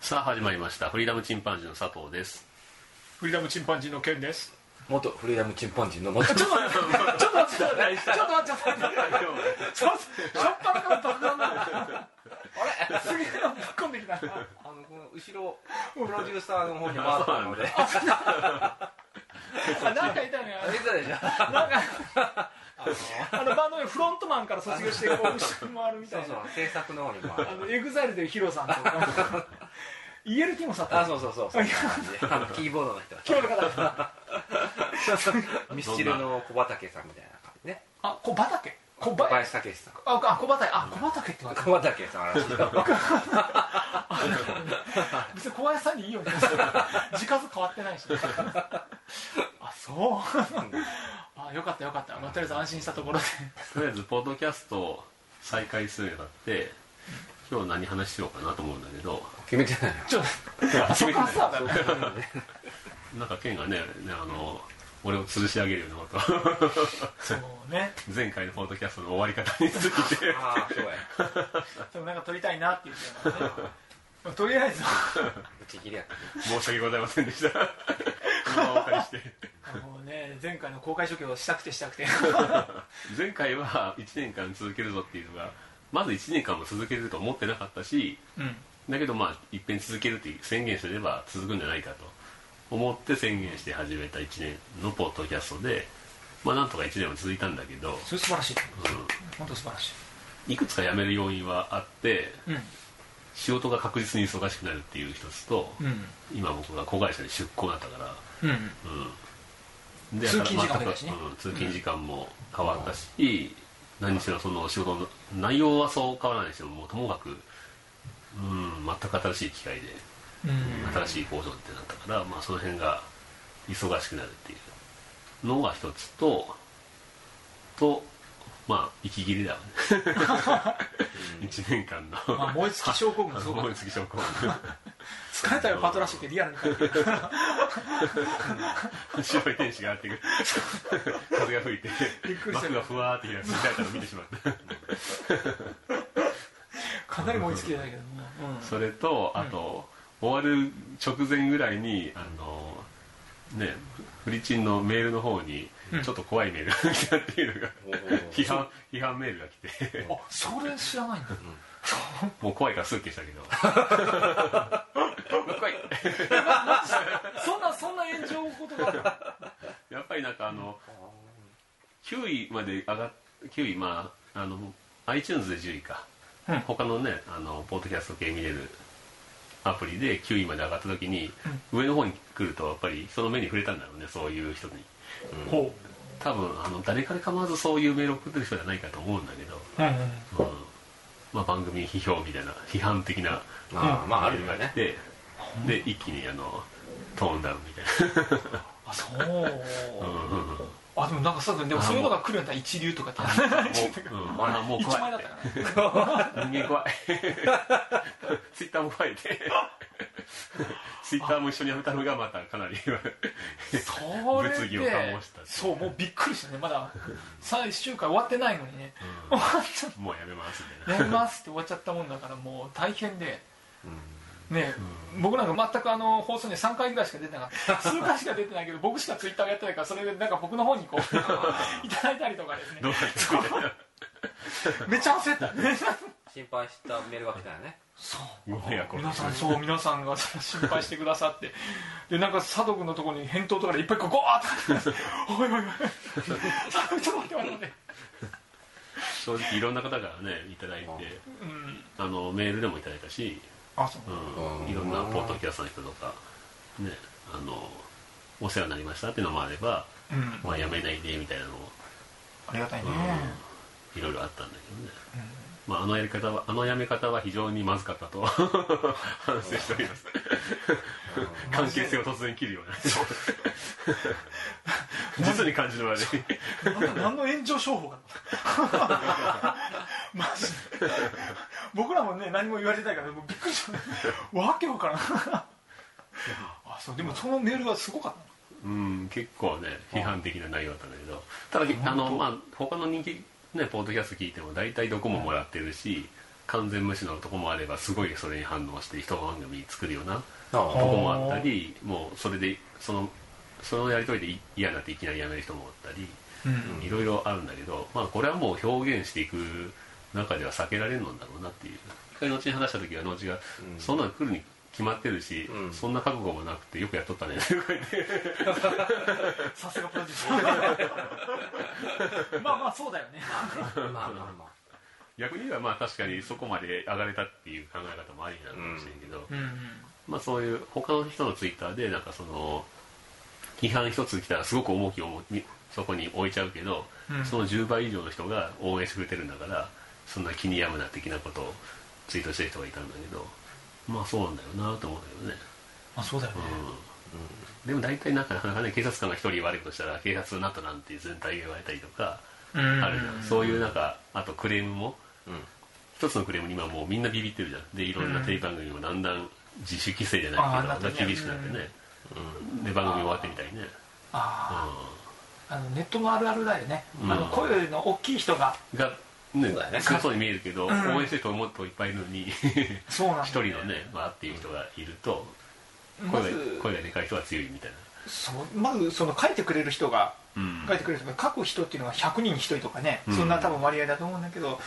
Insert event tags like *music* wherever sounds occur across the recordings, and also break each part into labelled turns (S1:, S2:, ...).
S1: さあ始まりましたフリーダムチンパンジーの佐藤です
S2: フリーダムチンパンジーの剣です。
S3: 元フリーダムチンパンジーの元
S2: ちょっと待って、ちょっと待って、ちょっと待って、ちょっと待って、ちょっと待って、しょっぱなから爆弾なの。あれ、すげえのぶっ込んできた。
S3: あのこの後ろプロデューサーの方に回ったのであ
S2: あ、なんかいたね。
S3: あれだじゃん
S2: なんか。あのバンドのフロントマンから卒業して、こう、後ろに回るみ
S3: そ
S2: た
S3: う
S2: い
S3: そ
S2: な
S3: う。制作の方に回っ
S2: あの、エグザイルでヒロさんとか。イエルティもさ
S3: た
S2: っ
S3: あ
S2: た。
S3: そうそうそうそうあのキーボードの人
S2: 今日の方。
S3: ミスチルの小畑さんみたいな感じね
S2: あ、小畑。小
S3: 小
S2: 畑。
S3: 林武史さん
S2: あ、あ小畑。あ、小畑って言われた。
S3: 小畑さんらしいよ
S2: 別に小林さんにいいよね時数変わってないし、ね、あそうあよかったよかった、まあ、とりあえず安心したところで
S1: とりあえずポッドキャストを再開するにあたって今日何話しようかなと思うんだけど
S3: 決めてないの
S2: ちょっ *laughs* とあそこからスタートだね
S1: なんかケンがねねあの俺を吊るし上げるようなこと *laughs*
S2: そうね
S1: 前回のポッドキャストの終わり方について *laughs*
S3: ああそうや
S2: でもなんか撮りたいなって言ってた *laughs* からねまあとりあえずは
S3: 打ち切りやった
S1: 申し訳ございませんでしたこの場をお借りして
S2: もうね前回の公開処刑をしたくてしたくて
S1: 前回は1年間続けるぞっていうのがまず1年間も続けると思ってなかったし
S2: うん
S1: だけどまあいっぺん続けるって宣言すれば続くんじゃないかと思って宣言して始めた1年のポッドキャストでまあなんとか1年は続いたんだけど、
S2: それ素晴らしい本当素晴らしい
S1: うん、いくつか辞める要因はあって
S2: うん
S1: 仕事が確実に忙しくなるっていう一つと、
S2: うん
S1: 今僕が子会社に出向だったから、
S2: うん
S1: うん、で
S2: 通勤時間
S1: だから全く
S2: 増えたしね
S1: うん、通勤時間も変わったし、何しろその仕事の内容はそう変わらないですよもうともかく、うん、全く新しい機会で
S2: うん
S1: 新しい工場ってなったから、まあ、その辺が忙しくなるっていうのが一つととまあ息切れだわね1年間の、
S2: まあ燃え尽き症候群もそうか
S1: 燃え尽き症候
S2: 疲れたよパトラッシュってリアル *laughs* に書いてる
S1: 群白い天使があってくる風が吹いて
S2: びっくりした
S1: 幕がふわーって開いたのを見てしまった
S2: かなり燃え尽きてないけども、うん
S1: それとあと、終わる直前ぐらいにあのねフリチンのメールの方に
S2: うん
S1: ちょっと怖いメールが来たっていうのが、
S3: おー
S1: 批判批判メールが来て
S2: あそれ知らないんだ
S1: もう怖いからすぐ消したけど怖い
S2: そんなそんな炎上ことがある
S1: やっぱりなんかあの9位まで上がっ9位まああの iTunes で10位か、
S2: うん
S1: 他のねあのポッドキャスト系見れるアプリで9位まで上がった時に、上の方に来るとやっぱり人の目に触れたんだろうねそういう人に
S2: ほ
S1: 多分あの誰かで構わずそういうメールを送ってる人じゃないかと思うんだけ
S2: う、うんうん、
S1: ど、うんまあ、番組批評みたいな批判的な
S3: まあまああ
S1: メー
S3: る
S1: ルが
S3: よ
S1: 来
S3: ね
S1: て、で一気にあのトーンダウンみたいな
S2: あそう、
S1: うんうんうん
S2: あでもなんかそうだねでもそういうのが来るんだ一流とかって
S1: *laughs*
S2: *laughs*
S1: もう、うん、あもう
S2: 一
S1: 怖
S2: 枚
S1: い
S2: だったからね
S1: 人間怖い *laughs* ツイッターも怖いで *laughs* ツイッターも一緒にやめたのがまたかなり *laughs*
S2: それで
S1: 物議を醸した
S2: そうもうびっくりしたねまだ最終回終わってないのにね、
S1: うん
S2: 終わっちゃっ
S1: もうやめますみたい
S2: やりますって終わっちゃったもんだからもう大変で
S3: うん
S2: ね、僕なんか全くあの放送に3回ぐらいしか出てなかった数回しか出てないけど僕しかツイッターをやってないからそれでなんか僕の方にこういただいたりとかです
S1: など
S2: ね
S1: うなってみたいな
S2: めっちゃ焦った
S3: 心配したメールが来たよね
S2: そう
S1: ご迷惑を
S2: 皆さんそう皆さんがその心配してくださってでなんか佐藤君のところに返答とかでいっぱいこうゴーッとおいおいおい佐 *laughs* 藤君ちょっと待って待って待って
S1: 正直いろんな方からねいただいて
S2: うん
S1: あのメールでもいただいたし、
S2: あそう
S1: う、
S3: うんん
S1: いろんなポッドキャストの人とかねあのお世話になりましたっていうのもあれば、
S2: うん
S1: まあ、やめないでみたいなのも
S2: ありがたいね
S1: いろいろあったんだけどねまあ、あのやり方はあのやめ方は非常にまずかったと *laughs* 反省しております関係性を突然切るような *laughs* 実に感じの悪い
S2: なんか何の炎上商法かな *laughs* マジで僕らもね何も言われてないからもうびっくりしたわけわからんあそうでもそのメールがすごかっ
S1: うん結構ね批判的な内容だったんだけどただあの、まあ、他の人気、ね、ポッドキャスト聞いても大体どこももらってるし完全無視のとこもあればすごいそれに反応して一番組作るようなとこもあったりもうそれでそのそのやりとりで嫌になっていきなりやめる人もおったり
S2: た、
S1: いろいろあるんだけど、まあ、これはもう表現していく中では避けられるのだろうなっていう一回後に話した時は後が、
S3: うん
S1: そんなの来るに決まってるし、
S3: うん
S1: そんな覚悟もなくてよくやっとったねって言われて
S2: さすがプロデューサーまあまあそうだよね
S3: まあまあま
S1: 逆に言えばまあ確かにそこまで上がれたっていう考え方もありなのかもしれんけど、
S2: うん、うん、
S1: まあそういう他の人のツイッターでなんかその批判一つ来たらすごく重きを重きそこに置いちゃうけど、
S2: うん
S1: その10倍以上の人が応援してくれてるんだからそんな気に病むな的なことをツイートしてる人がいたんだけどまあそうなんだよなと思うんだけどね、
S2: あそうだよね
S1: うん、でも大体なんかなかなかね警察官が一人悪いことしたら警察になったなんて全体が言われたりとか
S2: うん
S1: あるじゃん、そういうなんかあとクレームも
S3: あうん
S1: 一つのクレームに今もうみんなビビってるじゃんでいろんなテレビ番組もだんだん自主規制じゃないけど
S2: あーな
S1: だ
S2: ん
S1: んだ
S2: かね
S1: ん厳しくなってね、で番組終わってみたいね
S2: あーあのネットのあるあるだよね、
S1: うん
S2: あの声よりの大きい人が
S1: うんが
S3: そうだよね
S1: ね過疎に見えるけど、
S2: ん
S1: 応援してる人もっといっぱいいるの
S3: *laughs*
S1: に
S2: そうなんだ
S1: 一人のねわーっていう人がいると
S2: ま
S1: 声
S2: ず
S1: が声がでかい人が強いみたい
S2: そうまずその書いてくれる人が
S1: な、うん
S2: 書いてくれる人が書く人っていうのが100人に1人とかね、
S1: うん
S2: そんな多分割合だと思うんだけど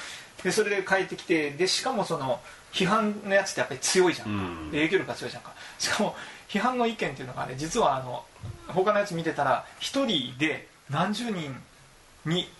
S2: でそれで書いてきてでしかもその批判のやつってやっぱり強いじゃん、
S1: うん
S2: で影響力が強いじゃんかしかも批判の意見っていうのがあれ実はあの他のやつ見てたら1人で何十人に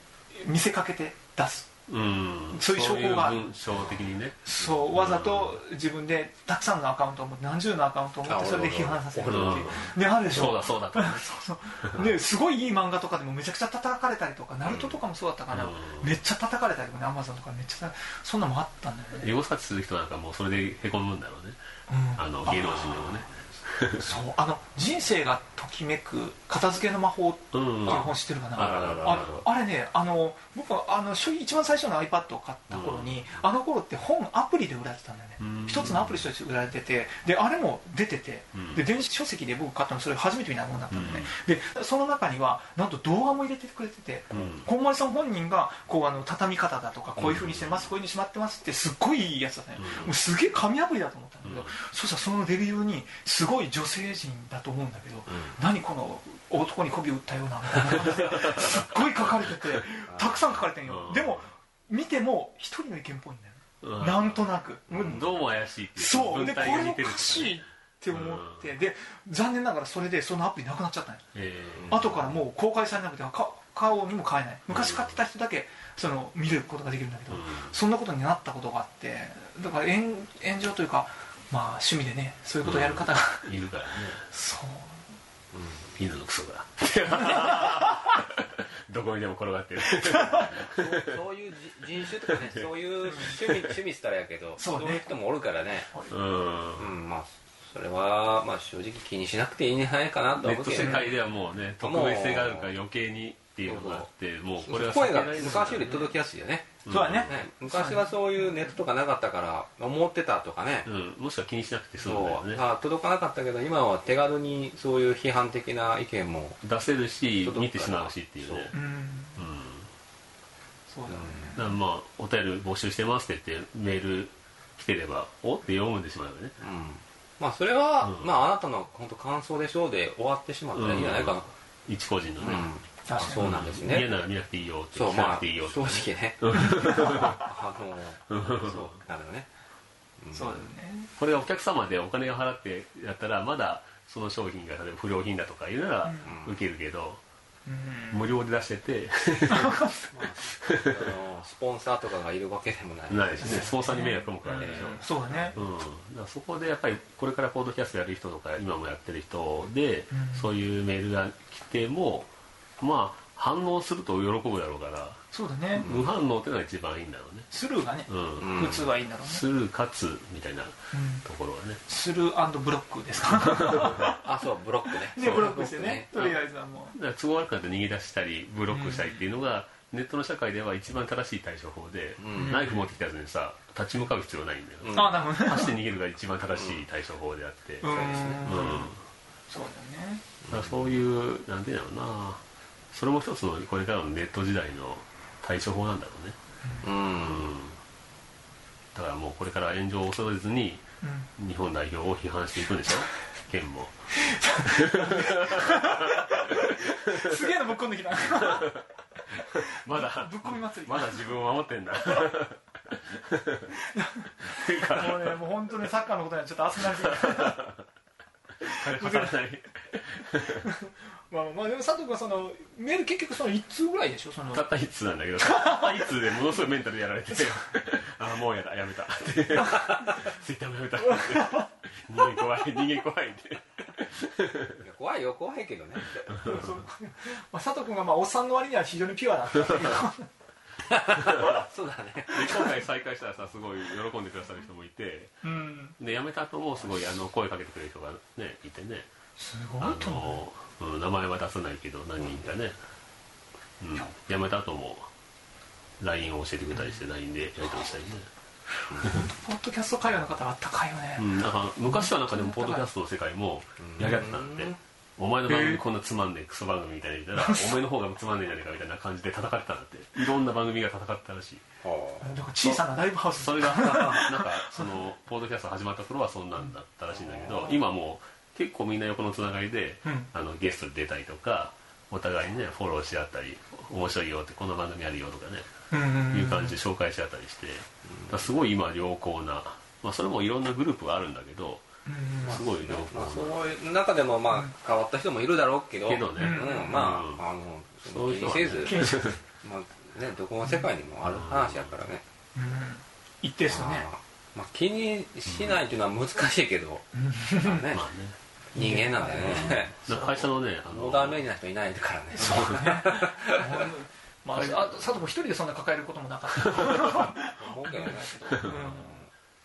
S2: 見せかけて出す
S1: うん
S2: そういう証拠
S1: そ
S2: が
S1: ういう文章的にね
S2: そうわざと自分でたくさんのアカウントを持って何十のアカウントを持ってそれで批判させるっていう
S1: うん
S2: ねあるでしょ
S1: そうだそうだと
S2: そうそう *laughs* ですごいいい漫画とかでもめちゃくちゃ叩かれたりとか、ナルトとかもそうだったかな、
S1: うん
S2: めっちゃ叩かれたりとかねアマゾンとかめっちゃ叩そんなのもあったんだよね、
S1: エゴサーチする人なんかもうそれでへこむんだろうね
S2: うん
S1: あの芸能人でもね
S2: そうあの人生がときめく片付けの魔法って
S1: う
S2: いうん本知ってるかな
S1: あ
S2: あ
S1: ららら
S2: あれねあの僕はあの初一番最初の iPad を買った頃に、あの頃って本アプリで売られてたんだよね、
S1: うん
S2: 一つのアプリとして売られててであれも出てて、
S1: うん
S2: で電子書籍で僕買ったのそれ初めて見たものだったのね、でその中にはなんと動画も入れてくれてて、
S1: うん
S2: こんまりさん本人がこうあの畳み方だとかこういうふうにしてます、こういうふうにしまってますってすっごいいいやつだったね、
S1: うん
S2: もうすげえ紙破りだと思ったんだけど、
S1: うん
S2: そしたらそのレビューにすごい女性陣だと思うんだけど、何この男に媚び売ったようなみたいな感じですっごい書かれててたくさん書かれてんよ、
S1: うん
S2: でも見ても一人の意見っぽいんだよ、
S1: うん
S2: なんとなく、
S1: どうも怪しいってい
S2: そうで
S1: 文
S2: こ
S1: 体が
S2: れ
S1: 似
S2: お
S1: てると
S2: かしいって思って、で残念ながらそれでそのアプリなくなっちゃったんよ
S1: え
S3: うん
S2: 後からもう公開されなくてか顔にも買えない昔買ってた人だけその見ることができるんだけ
S1: え
S2: ど、そんなことになったことがあってだから炎炎上というかまあ趣味でねそういうことをやる方が、
S1: うんいるからね
S2: そう
S1: ピーナのクソが *laughs* どこにでも転がってる
S3: そうそういうじ人種とかねそういう趣味
S1: *laughs*
S3: 趣味したらやけど
S2: そうね
S3: いう人もおるからね
S1: うん
S3: うんまあそれはまあ正直気にしなくていいんじゃないかなと
S1: ネ
S3: は
S1: ッ
S3: 思う
S1: ト
S3: けど
S1: 世
S3: ね
S1: 界ではもうね特別性があるから余計にっていうのがあってもうこれは避
S3: 声
S1: けら
S3: が
S1: れない
S3: 昔より届きやすいよね
S1: うん
S2: そうだね
S3: ね昔はそういうネットとかなかったから思ってたとかね
S1: うんもしくは気にしなくて済むんだよ
S3: そう
S1: ね
S3: あ届かなかったけど今は手軽にそういう批判的な意見も
S1: 出せるし
S3: 届
S1: 見
S3: くか
S1: て
S3: ら
S1: しまうしっていうね
S2: うん
S1: うん
S2: そうだね、
S1: だからまあお便り募集してますって言ってメール来てればおって読むんでしまうよね
S3: うんまあそれは
S1: うん
S3: まああなたの本当感想でしょうで終わってしまったらいいんじゃないかな
S1: 一個人の
S3: う
S1: ね
S3: ん
S2: 確かに
S3: あそうなんです
S1: 嫌
S3: ね
S1: なら見なくていいよって
S3: そ
S1: 聞
S3: う
S1: かな
S3: まあ
S1: くていいよ
S3: 正
S1: とかね
S3: 直ね *laughs* あのそうなるよねん
S2: そうだよね
S1: これお客様でお金を払ってやったらまだその商品が例えば不良品だとかいうなら
S3: うん
S1: 受けるけど、
S2: うん
S1: 無料で出してて *laughs*
S3: あのスポンサーとかがいるわけでもない
S1: ないしねスポンサーに迷惑もかかるでしょ、
S2: そうだね
S1: うん、だからそこでやっぱりこれからポードキャストやる人とか今もやってる人で、
S2: うん
S1: そういうメールが来てもまあ反応すると喜ぶだろうから
S2: そうだね、
S1: 無反応ってのが一番いいんだろうね
S2: スルーがね、
S1: うん、
S3: うん
S2: 普通はいいんだろうね、
S1: するかつみたいな
S2: うん
S1: ところはね
S2: スルーブロックで
S1: *laughs*
S2: すか
S3: あそうブロックね
S2: でブロックしてねとりあえずはも
S1: だから都合悪くなって逃げ出したりブロックしたりっていうのが、ネットの社会では一番正しい対処法で、
S3: うん
S1: ナイフ持ってきたやつにさ立ち向かう必要ないんだよ、
S3: う
S2: う、
S3: ん
S2: ああなるほどね
S1: 走って逃げるが一番正しい対処法であって、
S2: うん
S1: うん
S2: そうだね
S1: だからそういうなんていうんだろうなそれも一つのこれからのネット時代の対処法なんだろうね、
S3: う
S1: うんん、だからもうこれから炎上を恐れずに
S2: うん
S1: 日本代表を批判していくんでしょ県も
S2: すげえのぶっこんでき *laughs* た
S1: まだ
S2: ぶっこみ祭り
S1: まだ自分を守
S3: *laughs*
S1: ってんだていうか
S2: もうねもう本当にサッカーのことにはちょっと熱くなりすぎた
S1: 金かからない
S2: *laughs* まあまあでも佐藤君はそのメール結局その1通ぐらいでしょその
S1: たった一通なんだけどたった一通でものすごいメンタルやられて *laughs* ああもうやだやめたってツイッターもやめたって人間怖い人間怖いって
S3: いや怖いよ怖いけどね
S2: そうまあ、佐藤君がまあおっさんの割には非常にピュアだったんだけど
S3: そうだね
S1: で今回再開したらさすごい喜んでくださる人もいて
S2: *laughs* うん
S1: で辞めた後もすごいあの声かけてくれる人がねいてね
S2: すご
S1: あ
S2: いと思う
S1: の、うん、名前は出さないけど何人かね、うん、辞めた後も LINE を教えてくれたりして LINE でやり取りしたりね、
S2: ポッドキャスト会話の方はあったかいよね、
S1: うん、なんか昔はなんかでもポッドキャストの世界もやり合ってたんだって
S3: うん
S1: お前の番組こんなつまんねえクソ番組みたいに *laughs* 言ったらお前の方がつまんねえじゃねえかみたいな感じで戦ってたんだっていろんな番組が戦ってたらしい
S3: は
S2: なんか小さなライブハウス
S1: それがなんかそのポッドキャスト始まった頃はそんなんだったらしいんだけど今もう結構みんな横のつながりで、
S2: うん
S1: あのゲストで出たりとかお互いにねフォローし合ったり面白いよってこの番組あるよとかね、
S2: うんうんうん
S1: いう感じで紹介し合ったりして、だからすごい今良好な、まあ、それもいろんなグループがあるんだけど
S2: うんうん
S1: すごい良
S3: あまあ
S1: 好
S3: そ
S1: な、
S3: ういう中でもまあ変わった人もいるだろうけど
S1: けどね、
S3: うんま
S1: うん
S3: ああの
S1: そういう
S3: 気
S1: 人
S3: に
S1: は
S3: せ
S1: ね
S3: ずまあねどこの世界にもある話やからね
S2: うん一定数ね
S3: あーまあ気にしないというのは難しいけどまあね
S1: まあね
S3: 人間なんだよね
S1: なんか会社のねあ
S3: オ
S1: の
S3: ーダーメイドな人いないからね
S2: まあ、あと佐藤君一人でそんな抱えることもなか *laughs* った、
S3: 思うけどね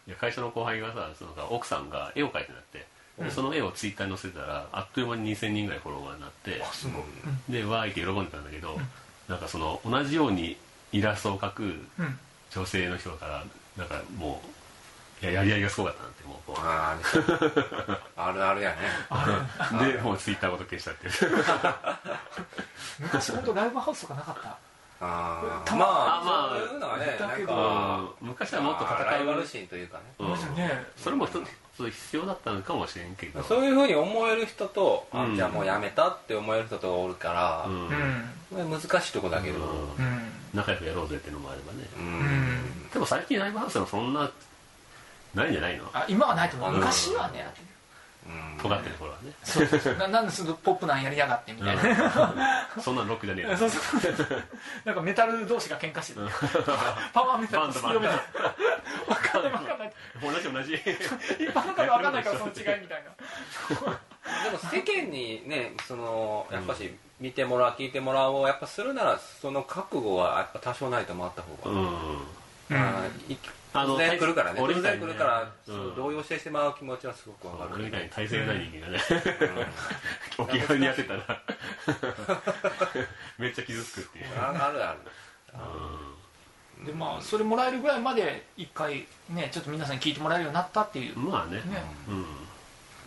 S1: いや会社の後輩がさその奥さんが絵を描いてなって、でその絵をツイッターに載せてたらあっという間に2000人ぐらいフォロワーになって
S3: すごい
S1: でわーいって喜んでたんだけど、なんかその同じようにイラストを描く
S2: うん、
S1: 女性の人からなんかもういややり合いがすごかったなってもうこう
S3: *laughs* あーあるあるやね *laughs*
S1: でもうツイッターごと消したっていう
S2: 昔本当ライブハウスとかなかった
S3: あ
S2: た
S3: ー
S2: ま
S3: まあそういうのはね
S2: だ
S3: な
S2: け
S3: ん
S2: ど
S3: か
S1: うん昔はもっと戦
S3: ライ
S1: い
S3: バル心というかね
S1: うん
S2: ましたね
S1: それも一つ必要だったのかもしれんけど
S3: そういうふうに思える人と、あ
S1: うん
S3: じゃあもうやめたって思える人がおるから、
S1: うん
S3: これ難しいとこだけど、
S1: うん
S2: うん
S1: 仲良くやろうぜっていうのもあればね
S3: うん
S1: でも最近ライブハウスはそんなないんじゃないの
S2: あ今はないと思う昔はね
S3: うん
S1: 尖ってる頃は
S2: *laughs*
S1: ね、
S2: そうそうそうななんでそのポップなんやりやがってみたいな、
S1: うんそんなのロックじゃねえ
S2: そ
S1: よ
S2: うそうなんかメタル同士が喧嘩してるパワーメタル
S1: バン
S2: と
S1: ドバ
S2: スピー
S1: ン
S2: ド
S1: ド
S2: メタル分かんない分かんない
S1: 同じ同
S2: *laughs*
S1: じ
S2: 一般の方は分かんないからその違いみたいな
S3: でも世間にねそのやっぱし見てもらう聞いてもらおうやっぱするならその覚悟はやっぱ多少ないともあった方が、
S1: うん
S3: あーい
S1: あ
S3: 突
S1: の
S3: 然来るからね
S1: 俺
S3: 突
S1: みたいに
S3: 然来
S1: ね
S3: るから、
S1: うん
S3: 動揺してしまう気持ちはすごくわか
S1: 俺
S3: る
S1: みたいに体勢がない人間がね
S2: *laughs*
S3: うん
S1: 沖縄にやってたらめっちゃ傷つくっていう
S3: ああるある
S2: でまあそれもらえるぐらいまで一回ねちょっと皆さんに聞いてもらえるようになったっていう
S1: うんまあね
S2: ね
S1: うん
S2: ね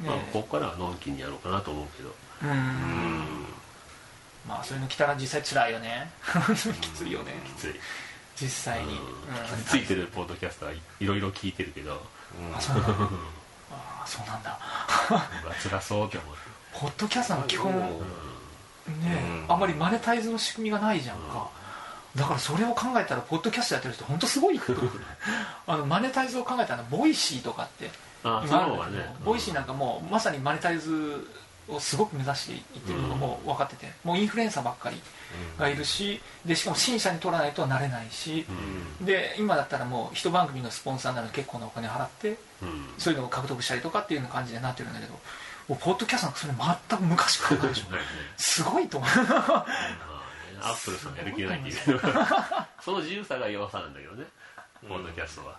S1: まあここからはのんきにやろうかなと思うけど
S2: うんまあそういうの来たら実際辛いよねきついよね
S1: きつい
S2: 実際に、うん
S1: ついてるポッドキャスターいろいろ聞いてるけど
S2: あそうなんだあそうなんだ
S1: うわ辛そうって思う
S2: ポッドキャストの基本ね
S3: うん
S2: あんまりマネタイズの仕組みがないじゃんかだからそれを考えたらポッドキャストやってる人本当
S1: *laughs*
S2: すごいと思うあのマネタイズを考えたらボイシーとかって
S1: あ
S2: 今
S1: そ
S2: あ
S1: う
S2: るん
S1: は
S2: だけど、
S1: ね
S2: ボイシーなんかもうまさにマネタイズをすごく目指していってるのがもう分かってて、もうインフルエンサーばっかりがいるしでしかも審査に取らないとなれないし、
S1: うん
S2: で今だったらもう一番組のスポンサーなら結構なお金払って
S1: うん
S2: そういうのを獲得したりとかっていうような感じになってるんだけどもうポッドキャストなんかそれ全く昔からないでしょすごいと思う
S1: まあねアップルさんやる気ないっていうか *laughs* その自由さが弱さなんだけどね
S3: うん
S1: ポッドキャストは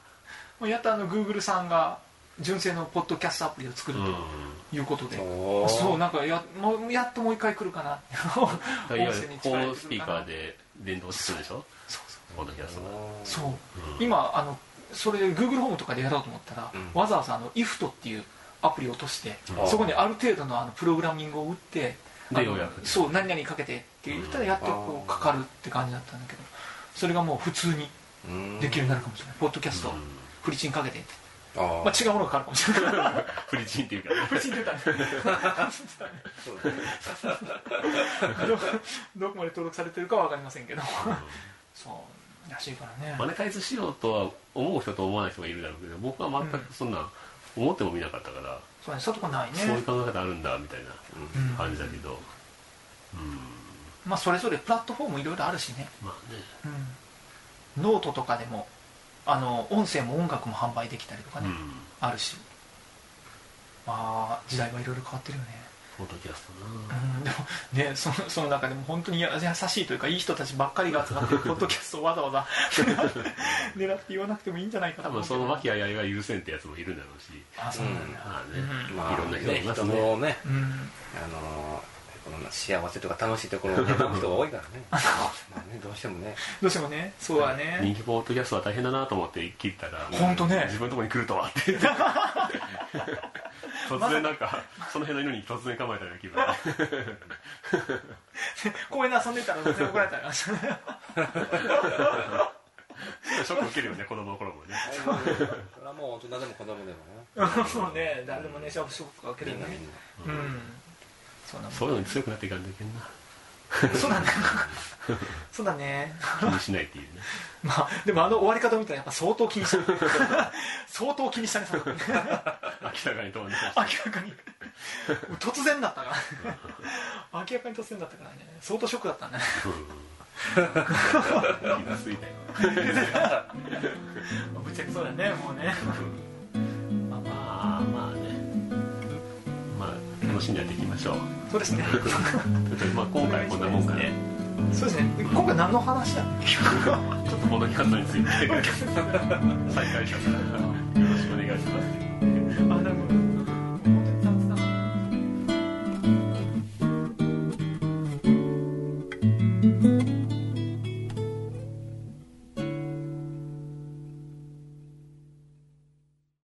S2: もうやっとあのグーグルさんが純正のポッドキャストアプリを作
S1: う
S2: る
S1: ん
S2: ということで、
S3: おー
S2: そうなんかやもうやっともう一回来るかなって
S1: だ *laughs* からいわゆるホー
S2: 音声に力入れてくるかな
S1: ムスピーカーで連動するでしょ
S2: そうそう
S1: ポッドキャストが
S2: そう、
S1: うん
S2: 今あのそれ Google ホームとかでやろうと思ったら、
S3: うん
S2: わざわざあの IFT っていうアプリを落として、
S1: うん
S2: そこにある程度のあのプログラミングを打って
S1: で
S2: あの
S1: ようやく
S2: そう何々かけてって言ったらやっとこう
S3: あー
S2: かかるって感じだったんだけどそれがもう普通に
S3: うん
S2: できるようになるかもしれない、ポッドキャスト、
S1: うん
S2: フリチンかけてって、
S3: あー
S2: まあ、違うものがかかるかもしれない
S1: フリチンっていうかね
S2: *laughs* フリチン出たね
S3: そうですね
S2: どどこ *laughs* まで登録されてるかは分かりませんけどそうらしいからね、
S1: マネタイズしようとは思う人と思わない人がいるだろうけど僕は全くそんな思ってもみなかったから
S2: そうねそういうとこないね
S1: そういう考え方あるんだみたいな
S3: うん
S2: うん
S1: 感じだけどうん
S2: まあ、それぞれプラットフォームいろいろあるしね、
S1: まあね
S2: うん、ノートとかでもあの音声も音楽も販売できたりとか
S1: う
S2: ね、
S1: ん
S2: あるしまあ時代はいろいろ変わってるよね、
S1: ポッドキャストな
S2: うん、でもねそのその中でも本当にや優しいというかいい人たちばっかりが集まってるポッドキャストをわざわざ *laughs* 狙って言わなくてもいいんじゃないかと
S1: 多
S2: 思
S1: 分
S2: うけど
S1: その和気あいあいは許せんってやつもいるんだろうし
S2: あそうなんだ、
S1: まあね
S2: うん
S3: まあ
S1: いろんな人がいますね
S3: 人のね
S2: うん
S3: あのーこの幸せとか楽しいところを選ぶ人が多い *laughs* からねまあねどうしてもね
S2: どうしてもねそうはね、
S1: 人気ポッドキャストは大変だなと思って切ったら
S2: ほんとね
S1: 自分のとこに来るとはって言
S2: *laughs*
S1: って突然なんかその辺の犬に突然構えたような気分
S2: 公園で遊んでたら全然怒られたら
S1: ショック受けるよね子供の頃もね
S3: それはもう大人でも子供でもね
S2: そうね誰でもねショックショックかけ
S3: み
S2: るよ
S3: んなみ
S2: ね
S3: んな
S2: うんそうなんだ
S1: そういうのに強くなっていかんといけん
S2: そうだねそうだね
S1: な気にしないっていうね
S2: まあでもあの終わり方見たらやっぱ相当気にしたね相当気にしたねその
S1: 明らかにとはね
S2: 明らかに突然だったから明らかに突然だったからね相当ショックだったね
S1: うん気がついたよ
S2: ぶっちゃけそうだねもうね
S1: まあまあまあねまあ楽しんでやっていきましょう
S2: そうですね
S1: まあ今回こんなもんかなち
S2: そうですね今回何の話だっ
S1: ょ
S2: *laughs*
S1: っとポッドキャストについて再開したからよろしくお願いします